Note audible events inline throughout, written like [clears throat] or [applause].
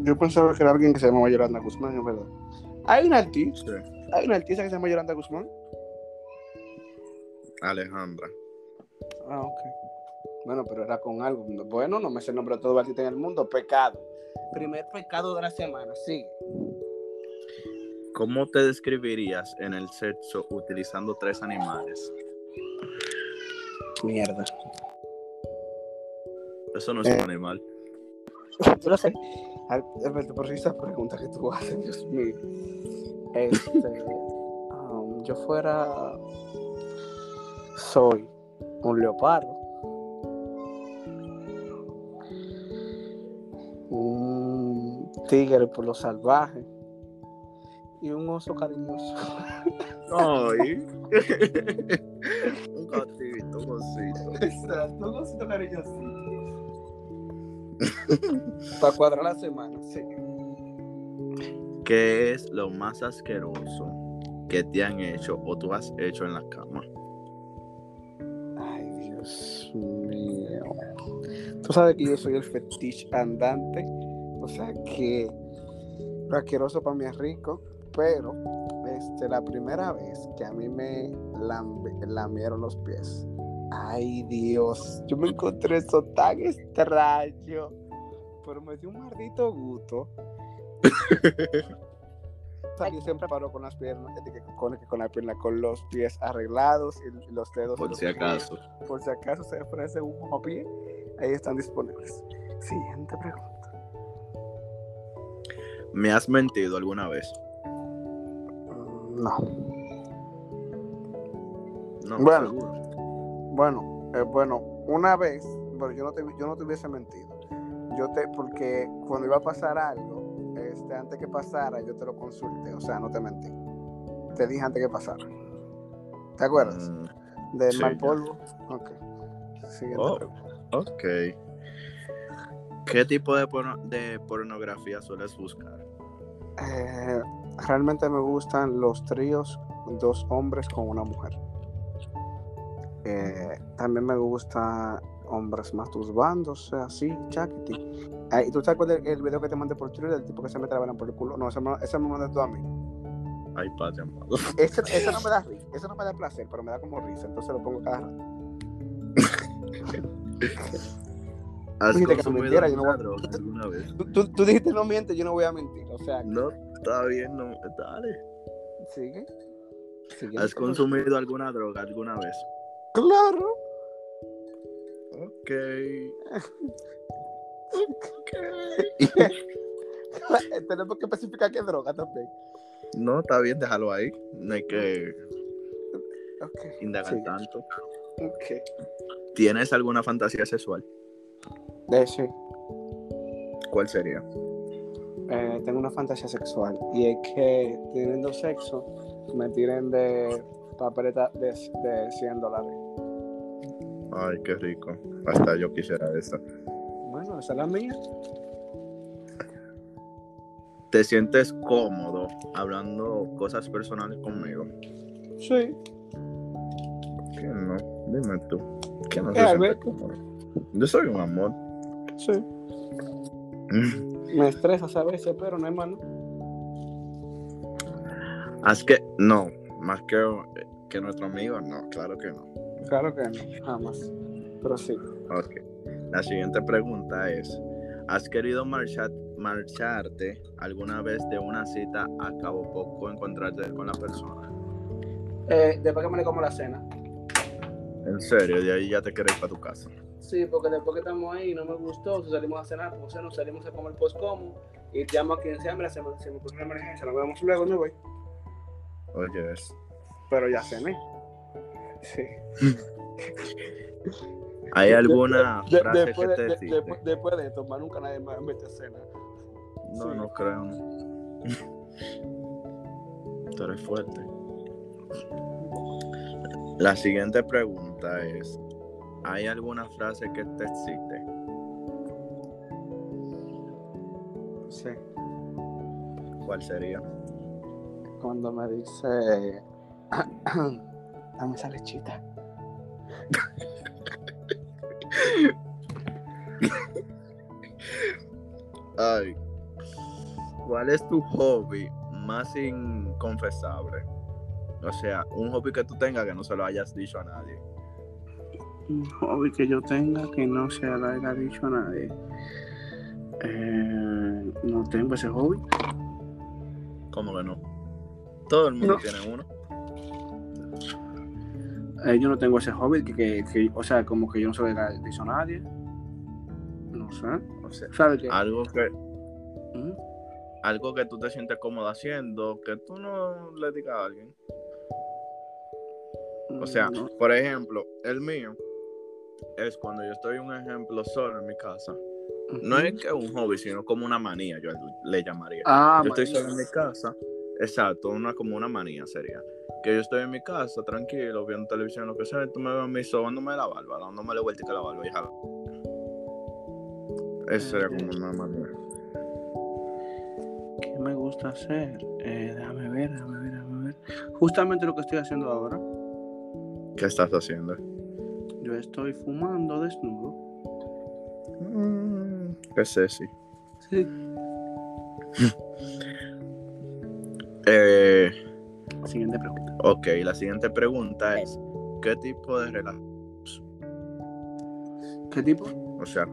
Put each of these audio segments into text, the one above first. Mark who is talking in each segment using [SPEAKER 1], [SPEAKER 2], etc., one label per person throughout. [SPEAKER 1] Yo pensaba que era alguien que se llamaba Yolanda Guzmán, es verdad. Hay una artista,
[SPEAKER 2] Sí.
[SPEAKER 1] hay una artista que se llama Yolanda Guzmán.
[SPEAKER 2] Alejandra.
[SPEAKER 1] Ah, ok. Bueno, pero era con algo. Bueno, no me sé el nombre de todo artista en el mundo. Pecado. Primer pecado de la semana, sí.
[SPEAKER 2] ¿Cómo te describirías en el sexo utilizando tres animales?
[SPEAKER 1] Mierda.
[SPEAKER 2] Eso no es
[SPEAKER 1] Eh.
[SPEAKER 2] un
[SPEAKER 1] [laughs]
[SPEAKER 2] animal.
[SPEAKER 1] Tú lo sé. Al- Alberto, por esa pregunta que tú haces, Dios mío. Este, um, yo fuera. Soy un leopardo. Un tigre por lo salvaje. Y un oso cariñoso.
[SPEAKER 2] No, [laughs] un gatito, un osito.
[SPEAKER 1] [laughs] Exacto, un osito cariñoso. Para cuadrar la semana, sí.
[SPEAKER 2] ¿Qué es lo más asqueroso que te han hecho o tú has hecho en la cama?
[SPEAKER 1] Ay, Dios mío. Tú sabes que yo soy el fetiche andante. O sea que lo asqueroso para mí es rico. Pero este, la primera vez que a mí me lambe- lamieron los pies. Ay, Dios. Yo me encontré eso tan extraño. Pero me dio un maldito gusto.
[SPEAKER 2] [coughs]
[SPEAKER 1] O sea, yo siempre paro con las piernas, con, con la pierna, con los pies arreglados y los dedos. en
[SPEAKER 2] Por
[SPEAKER 1] los
[SPEAKER 2] si
[SPEAKER 1] pies
[SPEAKER 2] acaso.
[SPEAKER 1] por si acaso se ofrece un pie, ahí están disponibles. Siguiente pregunta.
[SPEAKER 2] ¿Me has mentido alguna vez?
[SPEAKER 1] Mm, No.
[SPEAKER 2] No,
[SPEAKER 1] Bueno.
[SPEAKER 2] seguro.
[SPEAKER 1] Bueno, eh, bueno, una vez, bueno, yo no te, yo no te hubiese mentido. Yo te, porque cuando iba a pasar algo, este, antes que pasara, yo te lo consulté, o sea, no te mentí. Te dije antes que pasara. ¿Te acuerdas?
[SPEAKER 2] Mm,
[SPEAKER 1] Del
[SPEAKER 2] sí,
[SPEAKER 1] mal
[SPEAKER 2] ya.
[SPEAKER 1] polvo. Ok. Siguiente
[SPEAKER 2] Oh.
[SPEAKER 1] pregunta.
[SPEAKER 2] ok. ¿Qué tipo de, porno- de pornografía sueles buscar?
[SPEAKER 1] Eh, realmente me gustan los tríos, dos hombres con una mujer. Eh, también me gusta hombres masturbándose, así, chaquiti. Ay, ¿Tú te acuerdas el, el video que te mandé por Twitter del tipo que se me trabalan por el culo? No, ese, me- ese me mandaste tú a mí.
[SPEAKER 2] Ay, padre amado.
[SPEAKER 1] Ese, ese no me da, ri- ese no me da placer, pero me da como risa, entonces lo pongo cada rato.
[SPEAKER 2] ¿Has
[SPEAKER 1] Dijiste que no
[SPEAKER 2] consumido
[SPEAKER 1] mintiera, yo no
[SPEAKER 2] alguna
[SPEAKER 1] voy
[SPEAKER 2] droga alguna vez?
[SPEAKER 1] Tú, tú- tú dijiste no mientes, yo no voy a mentir, o sea,
[SPEAKER 2] No, está bien, no. Dale.
[SPEAKER 1] sigue. Sigue.
[SPEAKER 2] ¿Has consumido alguna droga alguna vez?
[SPEAKER 1] Claro. [laughs]
[SPEAKER 2] Ok.
[SPEAKER 1] Tenemos que especificar qué droga también.
[SPEAKER 2] No, está bien, déjalo ahí. No hay que
[SPEAKER 1] Ok.
[SPEAKER 2] indagar
[SPEAKER 1] sigue.
[SPEAKER 2] tanto.
[SPEAKER 1] Ok.
[SPEAKER 2] ¿Tienes alguna fantasía sexual?
[SPEAKER 1] Eh, sí,
[SPEAKER 2] ¿Cuál sería?
[SPEAKER 1] eh, tengo una fantasía sexual y es que teniendo sexo me tiren de papeleta de, de 100 dólares.
[SPEAKER 2] Ay, qué rico. Hasta yo quisiera esa.
[SPEAKER 1] Bueno, esa es la mía.
[SPEAKER 2] ¿Te sientes cómodo hablando cosas personales conmigo?
[SPEAKER 1] Sí.
[SPEAKER 2] Que no, dime tú. Que no
[SPEAKER 1] Eh,
[SPEAKER 2] se siente
[SPEAKER 1] Alberto.
[SPEAKER 2] cómodo? Yo soy un amor. [laughs]
[SPEAKER 1] Sí. Me estresas a veces, pero no, hermano.
[SPEAKER 2] Haz que, no, más que, eh, que nuestro amigo, no, claro que no.
[SPEAKER 1] Claro que no, jamás. Pero sí.
[SPEAKER 2] Ok. La siguiente pregunta es, ¿has querido marchar- marcharte alguna vez de una cita a cabo poco encontrarte con la persona?
[SPEAKER 1] Eh, después que me le como la cena.
[SPEAKER 2] En serio, de ahí ya te quieres ir para tu casa.
[SPEAKER 1] Sí, porque después que estamos ahí no me gustó, si salimos a cenar, pues nos salimos a comer post como y llamo a quien sea, mira, se me, se me ocurrió una emergencia, nos vemos luego y me voy.
[SPEAKER 2] Oye, es-
[SPEAKER 1] Pero ya cené. Sí.
[SPEAKER 2] ¿hay
[SPEAKER 1] De-
[SPEAKER 2] alguna
[SPEAKER 1] de-
[SPEAKER 2] frase
[SPEAKER 1] después,
[SPEAKER 2] que
[SPEAKER 1] de,
[SPEAKER 2] te
[SPEAKER 1] de-
[SPEAKER 2] excite?
[SPEAKER 1] después- después de tomar nunca nadie más me mete a cena. Sí.
[SPEAKER 2] No, no creo. no. [laughs] Tú eres fuerte. La siguiente pregunta es: ¿Hay alguna frase que te excite?
[SPEAKER 1] Sí.
[SPEAKER 2] ¿Cuál sería?
[SPEAKER 1] Cuando me dice. [clears throat] Dame esa lechita.
[SPEAKER 2] Ay, ¿Cuál es tu hobby más inconfesable? O sea, un hobby que tú tengas que no se lo hayas dicho a nadie.
[SPEAKER 1] Un hobby que yo tenga que no se lo haya dicho a nadie. Eh, no tengo ese hobby.
[SPEAKER 2] ¿Cómo que no? Todo el mundo
[SPEAKER 1] No.
[SPEAKER 2] tiene uno.
[SPEAKER 1] Eh, yo no tengo ese hobby que, que- que- o sea, como que yo no se lo haya dicho a nadie. No sé.
[SPEAKER 2] O sea,
[SPEAKER 1] ¿Sabes qué?
[SPEAKER 2] algo que,
[SPEAKER 1] Mm.
[SPEAKER 2] algo que tú te sientes cómodo haciendo, que tú no le digas a alguien. O sea,
[SPEAKER 1] No.
[SPEAKER 2] por ejemplo, el mío es cuando yo estoy, un ejemplo, solo en mi casa. No es que un hobby, sino como una manía, yo le llamaría.
[SPEAKER 1] Ah,
[SPEAKER 2] yo estoy
[SPEAKER 1] manía.
[SPEAKER 2] solo en mi casa. Exacto, una, como una manía sería. Que yo estoy en mi casa, tranquilo, viendo televisión, lo que sea, y tú me ves a mí sobándome la barba, dándome la vuelta que la barba y jala. Esa sería como una manía.
[SPEAKER 1] ¿Qué me gusta hacer? Eh, déjame ver, déjame ver, déjame ver. Justamente lo que estoy haciendo ahora,
[SPEAKER 2] ¿Qué estás haciendo?
[SPEAKER 1] yo estoy fumando desnudo.
[SPEAKER 2] Mm, qué sexy.
[SPEAKER 1] Sí.
[SPEAKER 2] Eh,
[SPEAKER 1] Siguiente pregunta.
[SPEAKER 2] ok, la siguiente pregunta es, ¿qué tipo de relación,
[SPEAKER 1] ¿Qué tipo?
[SPEAKER 2] o sea,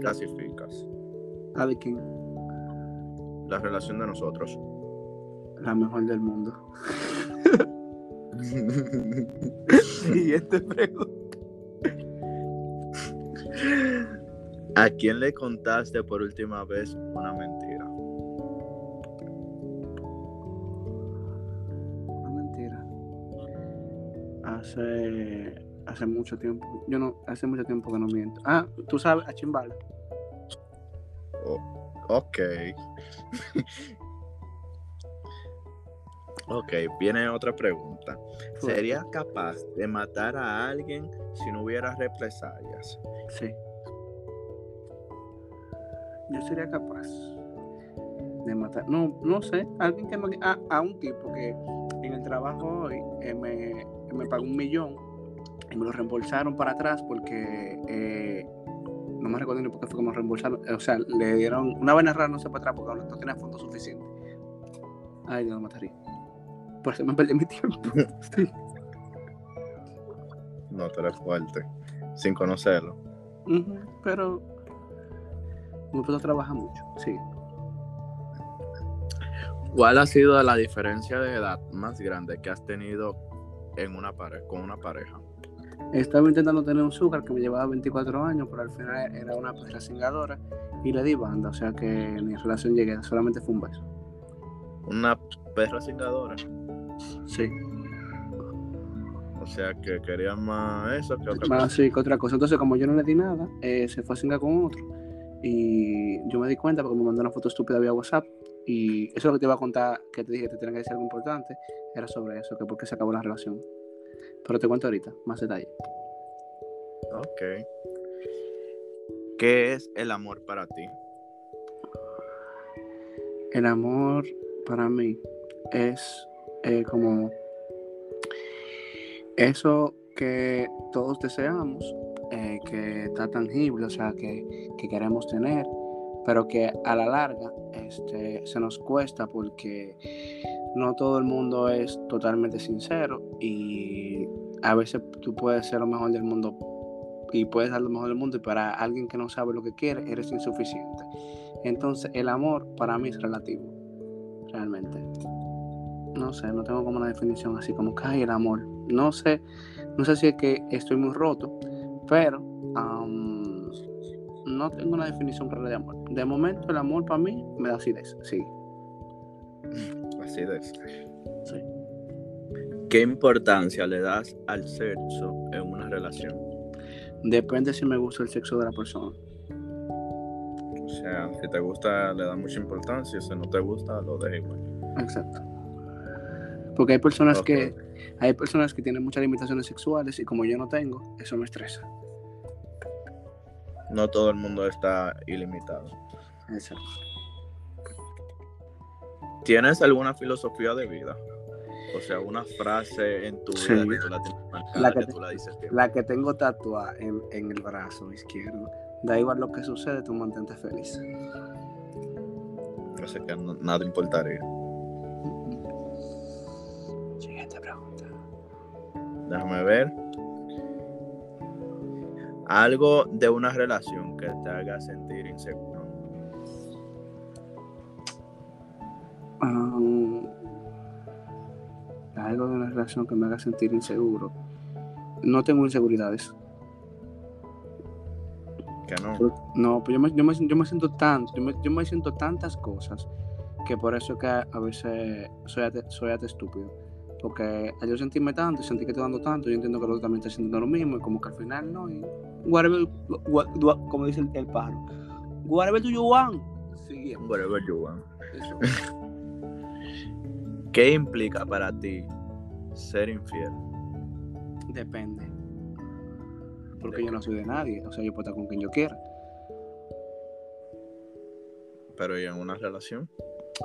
[SPEAKER 2] clasificas
[SPEAKER 1] La de quién?
[SPEAKER 2] la relación de nosotros?
[SPEAKER 1] La mejor del mundo. [laughs] Siguiente pregunta.
[SPEAKER 2] ¿A quién le contaste por última vez una mentira?
[SPEAKER 1] Una mentira. Hace. Hace mucho tiempo. Yo no. Hace mucho tiempo que no miento. Ah, tú sabes, a Chimbala.
[SPEAKER 2] Ok. [laughs] ok, viene otra pregunta. ¿Serías capaz de matar a alguien si no hubiera represalias?
[SPEAKER 1] Sí. Yo sería capaz de matar, no, no sé, alguien que me, ah, a, a un tipo que en el trabajo hoy eh, me, me pagó un millón y me lo reembolsaron para atrás porque eh, no me recuerdo ni por qué fue que me lo reembolsaron, eh, o sea, le dieron una vaina rara, no sé para atrás porque no, no tenía fondos suficientes. Ay, yo lo mataría. Por eso me perdí mi tiempo. Sí.
[SPEAKER 2] No te eres fuerte, sin conocerlo.
[SPEAKER 1] Ujú, Pero nosotros trabajamos mucho, sí.
[SPEAKER 2] ¿Cuál ha sido la diferencia de edad más grande que has tenido en una pare- con una pareja?
[SPEAKER 1] Estaba intentando tener un sugar que me llevaba 24 años, pero al final era una perra cingadora y le di banda, o sea que mi relación llegué, solamente fue un beso.
[SPEAKER 2] Una perra cingadora.
[SPEAKER 1] Sí,
[SPEAKER 2] O sea, que quería más eso que otra
[SPEAKER 1] más
[SPEAKER 2] cosa.
[SPEAKER 1] sí que otra cosa. Entonces, como yo no le di nada, eh, se fue a cingar con otro y yo me di cuenta porque me mandó una foto estúpida vía WhatsApp y eso es lo que te iba a contar, que te dije que te tenía que decir algo importante, era sobre eso, que por qué se acabó la relación. Pero te cuento ahorita, más detalle.
[SPEAKER 2] Ok. ¿Qué es el amor para ti?
[SPEAKER 1] El amor para mí es eh, como eso que todos deseamos, eh, que está tangible, o sea, que, que queremos tener, pero que a la larga este, se nos cuesta porque no todo el mundo es totalmente sincero y a veces tú puedes ser lo mejor del mundo y puedes dar lo mejor del mundo y para alguien que no sabe lo que quiere eres insuficiente. Entonces, el amor para mí es relativo, realmente. No sé, no tengo como una definición así como que hay el amor. No sé, no sé si es que estoy muy roto, pero am, no tengo una definición clara de amor. De momento, el amor para mí me da acidez, sí.
[SPEAKER 2] Así es.
[SPEAKER 1] Sí.
[SPEAKER 2] ¿Qué importancia le das al sexo en una relación?
[SPEAKER 1] Depende si me gusta el sexo de la persona.
[SPEAKER 2] O sea, si te gusta, le da mucha importancia. Si no te gusta, lo dejas igual.
[SPEAKER 1] Exacto. Porque hay personas
[SPEAKER 2] Ok.
[SPEAKER 1] que hay personas que tienen muchas limitaciones sexuales y como yo no tengo, eso me estresa.
[SPEAKER 2] No todo el mundo está ilimitado.
[SPEAKER 1] Exacto.
[SPEAKER 2] ¿Tienes alguna filosofía de vida? O sea, una frase en tu
[SPEAKER 1] Sí.
[SPEAKER 2] vida que tú la tienes marcada,
[SPEAKER 1] La que
[SPEAKER 2] que,
[SPEAKER 1] te-
[SPEAKER 2] tú la dices siempre.
[SPEAKER 1] La que tengo tatuada en, en el brazo izquierdo. Da igual lo que sucede, tú mantente feliz.
[SPEAKER 2] Así que no- nada importaría.
[SPEAKER 1] Siguiente pregunta.
[SPEAKER 2] Déjame ver. Algo de una relación que te haga sentir inseguro.
[SPEAKER 1] Um, algo de una relación que me haga sentir inseguro. No tengo inseguridades.
[SPEAKER 2] Que no.
[SPEAKER 1] Pues No, pero yo me, yo me- yo me siento tanto, yo me, yo me siento tantas cosas que por eso que a veces soy hasta, soy hasta estúpido. Porque al yo sentirme tanto y sentir que estoy dando tanto, yo entiendo que el otro también está sintiendo lo mismo y como que al final no. Y whatever, what- what- como dice el, el pájaro, whatever do you want. Sí,
[SPEAKER 2] Whatever you want.
[SPEAKER 1] eso.
[SPEAKER 2] ¿Qué implica para ti ser infiel?
[SPEAKER 1] Depende. Porque yo no soy de nadie. O sea, yo puedo estar con quien yo quiera.
[SPEAKER 2] Pero ¿y en una relación?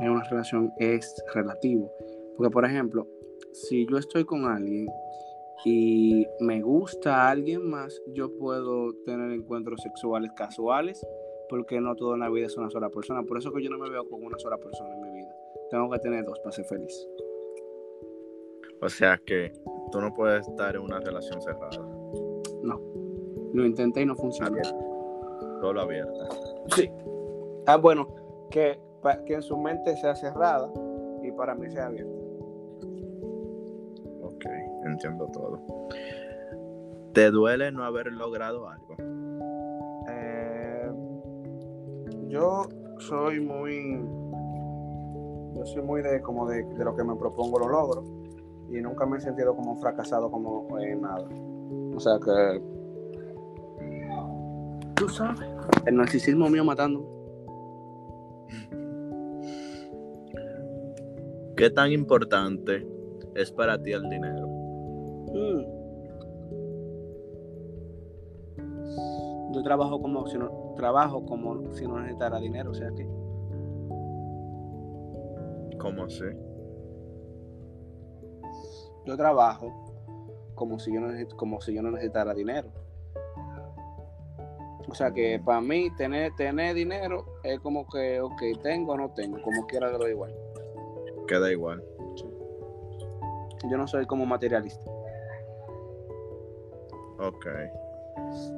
[SPEAKER 1] En una relación es relativo. Porque, por ejemplo, si yo estoy con alguien y me gusta a alguien más, yo puedo tener encuentros sexuales casuales. Porque no toda la vida es una sola persona. Por eso que yo no me veo con una sola persona en mi vida. Tengo que tener dos para ser feliz.
[SPEAKER 2] O sea que tú no puedes estar en una relación cerrada,
[SPEAKER 1] Lo intenté y no funcionó.
[SPEAKER 2] solo abierta.
[SPEAKER 1] Sí. Ah, bueno, que, pa- que en su mente sea cerrada y para mí sea abierta.
[SPEAKER 2] Ok, entiendo todo. ¿Te duele no haber logrado algo?
[SPEAKER 1] Eh, yo soy muy. Yo soy muy de como de, de lo que me propongo lo logro. Y nunca me he sentido como un fracasado como eh, en nada. O sea que. Tú sabes. El narcisismo mío matando.
[SPEAKER 2] ¿Qué tan importante es para ti el dinero?
[SPEAKER 1] Mm. Yo trabajo como si no trabajo como si no necesitara dinero, o sea que.
[SPEAKER 2] ¿Cómo así?
[SPEAKER 1] yo trabajo como si yo no, necesit- como si yo no necesitara dinero. O sea que para mí tener, tener dinero es como que, ok, tengo o no tengo, como quiera lo doy igual.
[SPEAKER 2] Queda igual.
[SPEAKER 1] Yo no soy como materialista.
[SPEAKER 2] Ok.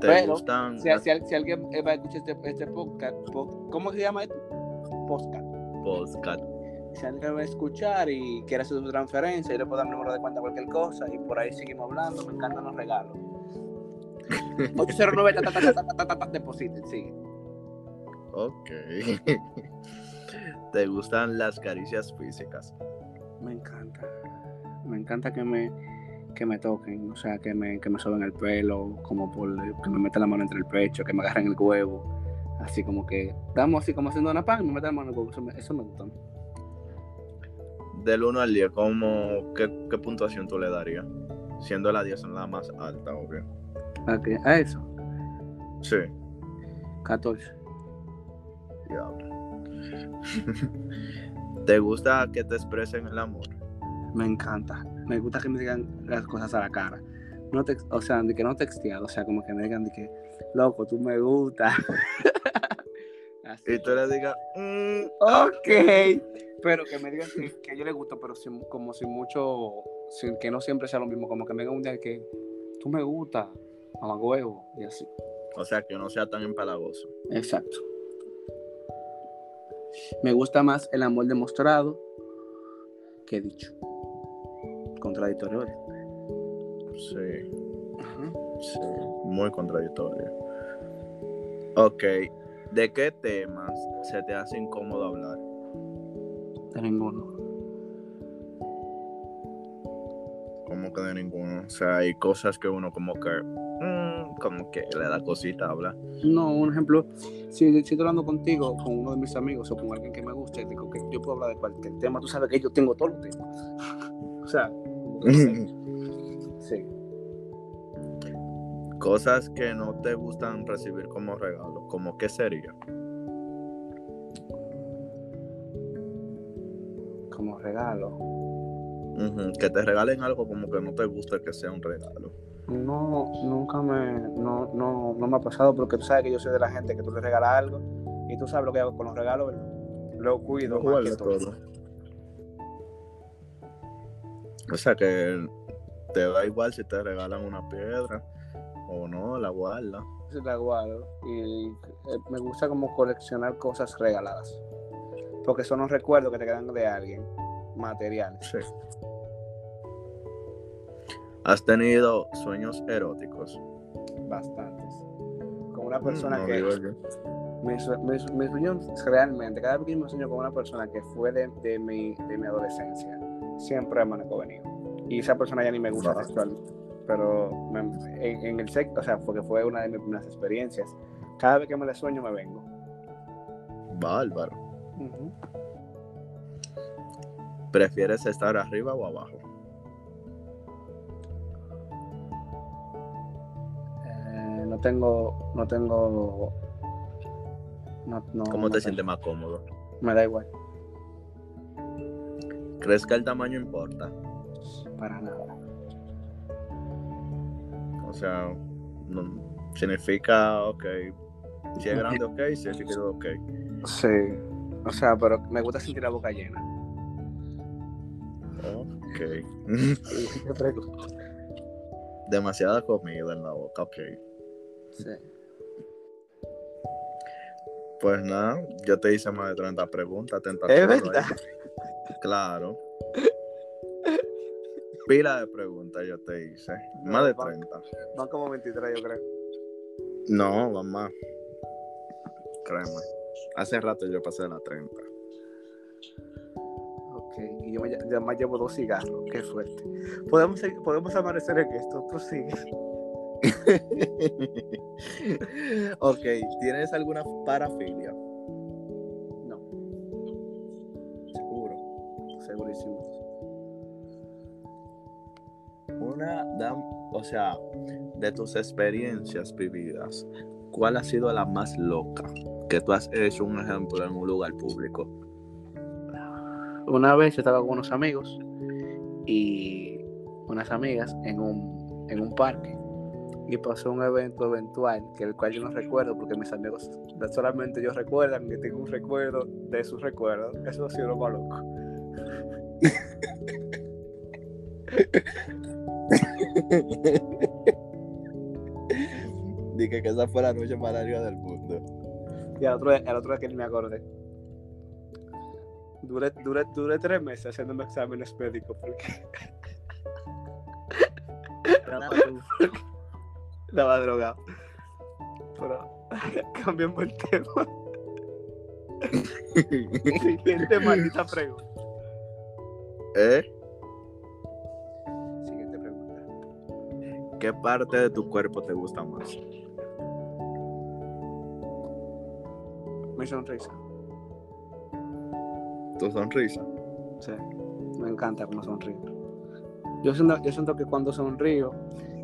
[SPEAKER 2] ¿Te
[SPEAKER 1] Pero,
[SPEAKER 2] gustan
[SPEAKER 1] Si,
[SPEAKER 2] las
[SPEAKER 1] si, si alguien eh, va a escuchar este, este podcast, po- ¿cómo se llama esto? Podcast.
[SPEAKER 2] podcast?
[SPEAKER 1] Si alguien va a escuchar y quiere hacer su transferencia, yo le puedo dar mi número de cuenta, cualquier cosa, y por ahí seguimos hablando, me encantan los regalos. 809, ta, ta, ta, ta, ta, ta, ta, ta, depositen, sigue.
[SPEAKER 2] Ok. [laughs] ¿Te gustan las caricias físicas?
[SPEAKER 1] Me encanta. Me encanta que me, que me toquen, o sea, que me, que me soben el pelo, como por, eh, que me metan la mano entre el pecho, que me agarren el huevo. Así como que estamos así como haciendo una pan y me meten la mano en el huevo. Eso me, eso me gusta.
[SPEAKER 2] Del 1 al 10, ¿cómo, qué, qué puntuación tú le darías? Siendo la 10 la más alta, obvio.
[SPEAKER 1] ¿A, qué? ¿A eso?
[SPEAKER 2] Sí.
[SPEAKER 1] 14.
[SPEAKER 2] Diablo. [laughs] ¿Te gusta que te expresen el amor?
[SPEAKER 1] Me encanta. Me gusta que me digan las cosas a la cara. No te, o sea, de que no texteado, o sea, como que me digan de que, loco, tú me gustas. [laughs] Así.
[SPEAKER 2] Y tú le digas, "Mm,
[SPEAKER 1] Ok. Pero que me digan que, que yo le gusto, pero sin- como sin mucho, sin que no siempre sea lo mismo, como que me digan un día que tú me gustas, mamá huevo, y así.
[SPEAKER 2] o sea, que no sea tan empalagoso.
[SPEAKER 1] Exacto. Me gusta más el amor demostrado que dicho. Contradictorio, ¿verdad?
[SPEAKER 2] Sí, sí, muy contradictorio. Ok, ¿de qué temas se te hace incómodo hablar?
[SPEAKER 1] De ninguno.
[SPEAKER 2] Como que de ninguno. O sea, hay cosas que uno como que, "Mm", como que le da cosita hablar.
[SPEAKER 1] No, un ejemplo, si, si estoy hablando contigo, con uno de mis amigos o con alguien que me guste, digo que yo puedo hablar de cualquier tema, tú sabes que yo tengo todos los temas. [laughs] o sea, sí.
[SPEAKER 2] cosas que no te gustan recibir como regalo, como qué sería.
[SPEAKER 1] como regalo.
[SPEAKER 2] Ujú, Que te regalen algo como que no te gusta que sea un regalo.
[SPEAKER 1] No, nunca me, no, no, no me ha pasado porque tú sabes que yo soy de la gente que tú le regalas algo y tú sabes lo que hago con los regalos, ¿verdad? Lo cuido. más
[SPEAKER 2] Jugarlo
[SPEAKER 1] que todo.
[SPEAKER 2] todo. O sea que te da igual si te regalan una piedra o no, la guarda.
[SPEAKER 1] Sí, la guardo. Y eh, me gusta como coleccionar cosas regaladas. Porque son los recuerdos que te quedan de alguien. Materiales.
[SPEAKER 2] Sí. ¿Has tenido sueños eróticos?
[SPEAKER 1] Bastantes. Con una persona
[SPEAKER 2] Mm, no
[SPEAKER 1] que.
[SPEAKER 2] digo yo.
[SPEAKER 1] Mis sue- mis- mis sueños realmente, cada vez que me sueño con una persona que fue de, de mi, de mi adolescencia, siempre amanezco venido. Y esa persona ya ni me gusta
[SPEAKER 2] Wow.
[SPEAKER 1] sexualmente, pero me- en, en el sexo, o sea, porque fue una de mis primeras experiencias. Cada vez que me la sueño me vengo.
[SPEAKER 2] Bárbaro. ¿Prefieres estar arriba o abajo?
[SPEAKER 1] Eh, no tengo, no tengo... No, no,
[SPEAKER 2] ¿Cómo
[SPEAKER 1] no
[SPEAKER 2] te
[SPEAKER 1] tengo.
[SPEAKER 2] sientes más cómodo?
[SPEAKER 1] Me da igual,
[SPEAKER 2] ¿Crees que el tamaño importa?
[SPEAKER 1] para nada.
[SPEAKER 2] O sea, no- significa, ok. Si es grande, ok. Si es chiquito, ok.
[SPEAKER 1] Sí, o sea, pero me gusta sentir la boca llena.
[SPEAKER 2] Ok. [laughs] Demasiada comida en la boca, ok.
[SPEAKER 1] [laughs] Sí.
[SPEAKER 2] Pues nada, yo te hice más de 30 preguntas. 30
[SPEAKER 1] Es
[SPEAKER 2] chulos ahí.
[SPEAKER 1] verdad.
[SPEAKER 2] Claro. Pila de preguntas yo te hice.
[SPEAKER 1] No,
[SPEAKER 2] Más de
[SPEAKER 1] va-
[SPEAKER 2] 30.
[SPEAKER 1] Van como 23, yo creo.
[SPEAKER 2] No, van más. Créeme. Hace rato yo pasé de la 30.
[SPEAKER 1] Ok, y yo me, lle- además llevo dos cigarros, qué suerte. Podemos, seguir- podemos amanecer en esto, tú sigue.
[SPEAKER 2] [laughs] ok, ¿tienes alguna parafilia?
[SPEAKER 1] No,
[SPEAKER 2] Seguro.
[SPEAKER 1] segurísimo.
[SPEAKER 2] Una, dam- o sea, de tus experiencias vividas, ¿cuál ha sido la más loca? Que tú has hecho un ejemplo en un lugar público.
[SPEAKER 1] Una vez yo estaba con unos amigos y unas amigas en un, en un parque y pasó un evento eventual que el cual yo no recuerdo porque mis amigos solamente ellos recuerdan que tengo un recuerdo de sus recuerdos. Eso ha sido lo más loco.
[SPEAKER 2] Dije que esa fue la noche más larga del mundo.
[SPEAKER 1] Y al otro, día- al otro día que ni me acordé. Duré, duré, duré tres meses haciéndome exámenes médicos porque Estaba drogado. Pero [laughs] cambiamos el tema. Siguiente maldita pregunta.
[SPEAKER 2] ¿Eh?
[SPEAKER 1] Siguiente pregunta.
[SPEAKER 2] ¿Qué parte de tu cuerpo te gusta más?
[SPEAKER 1] Mi sonrisa.
[SPEAKER 2] Tu sonrisa.
[SPEAKER 1] Sí. Me encanta cómo sonrío. Yo siento, yo siento que cuando sonrío,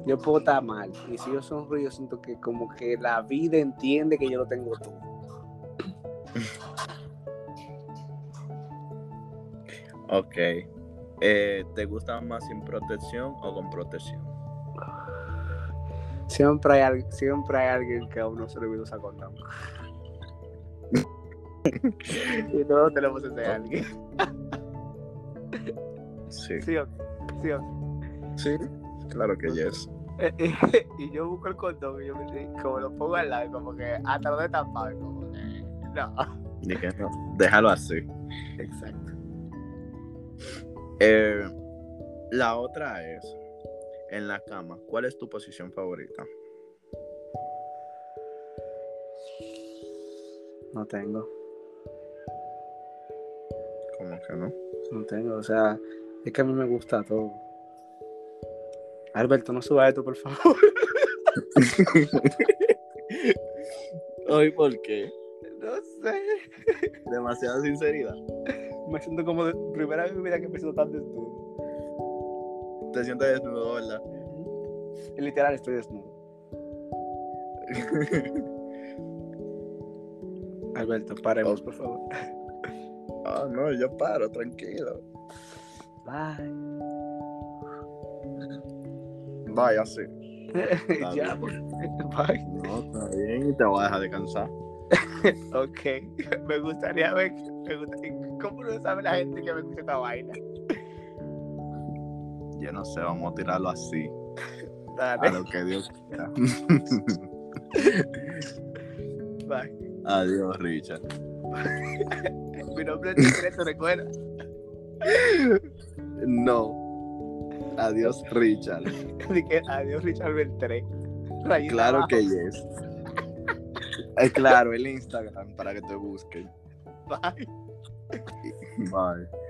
[SPEAKER 1] yo puedo estar mal. Y si yo sonrío, siento que como que la vida entiende que yo lo tengo todo.
[SPEAKER 2] Ok. Eh, ¿Te gusta más sin protección o con protección?
[SPEAKER 1] Siempre hay, al- siempre hay alguien que a uno se le olvidó esa condón. [laughs] y todos tenemos ese alguien.
[SPEAKER 2] Sí.
[SPEAKER 1] Sí, ok. sí, ok.
[SPEAKER 2] Sí. Claro que yes.
[SPEAKER 1] Eh, [laughs] y yo busco el condón y yo me y como lo pongo al lado, y como que hasta donde tapado, y como que no. [laughs]
[SPEAKER 2] Dije, no, déjalo así.
[SPEAKER 1] Exacto.
[SPEAKER 2] Eh, la otra es, en la cama, ¿cuál es tu posición favorita?
[SPEAKER 1] No tengo,
[SPEAKER 2] Como que no.
[SPEAKER 1] no tengo, o sea, es que a mí me gusta todo. Alberto, no suba esto, por favor. [laughs]
[SPEAKER 2] Hoy, ¿por qué?
[SPEAKER 1] No sé.
[SPEAKER 2] Demasiada sinceridad.
[SPEAKER 1] Me siento como de primera vez en mi vida que me siento tan desnudo.
[SPEAKER 2] Te sientes desnudo, ¿verdad? [laughs]
[SPEAKER 1] Y literal estoy desnudo. Alberto, paremos, por favor.
[SPEAKER 2] Ah, no, yo paro, tranquilo.
[SPEAKER 1] Bye.
[SPEAKER 2] Vaya, sí.
[SPEAKER 1] ya,
[SPEAKER 2] bien. [laughs]
[SPEAKER 1] por- bye. [laughs]
[SPEAKER 2] No, está bien, te voy a dejar descansar.
[SPEAKER 1] Ok, [laughs] me gustaría ver me gusta- cómo no sabe la gente que me escucha esta vaina.
[SPEAKER 2] Yo no sé, vamos a tirarlo así. A
[SPEAKER 1] Dale,
[SPEAKER 2] lo que Dios quiera. [laughs]
[SPEAKER 1] bye.
[SPEAKER 2] Adiós, Richard.
[SPEAKER 1] Mi nombre es secreto, recuerda. [laughs]
[SPEAKER 2] No. Adiós, [laughs] Richard.
[SPEAKER 1] Así que adiós, Richard Beltré. Rayita
[SPEAKER 2] Claro
[SPEAKER 1] abajo.
[SPEAKER 2] que yes. Eh, claro, el Instagram para que te busquen.
[SPEAKER 1] Bye.
[SPEAKER 2] Bye.